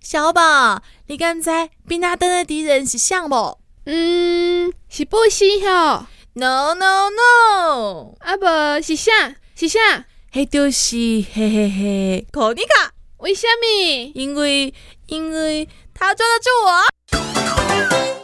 小宝，你敢知比纳登的敌人是啥无嗯，是不是吼？ ？No No No，啊无是啥？是啥？迄就是嘿嘿嘿，可妮卡，为什么？因为因为他抓得住我。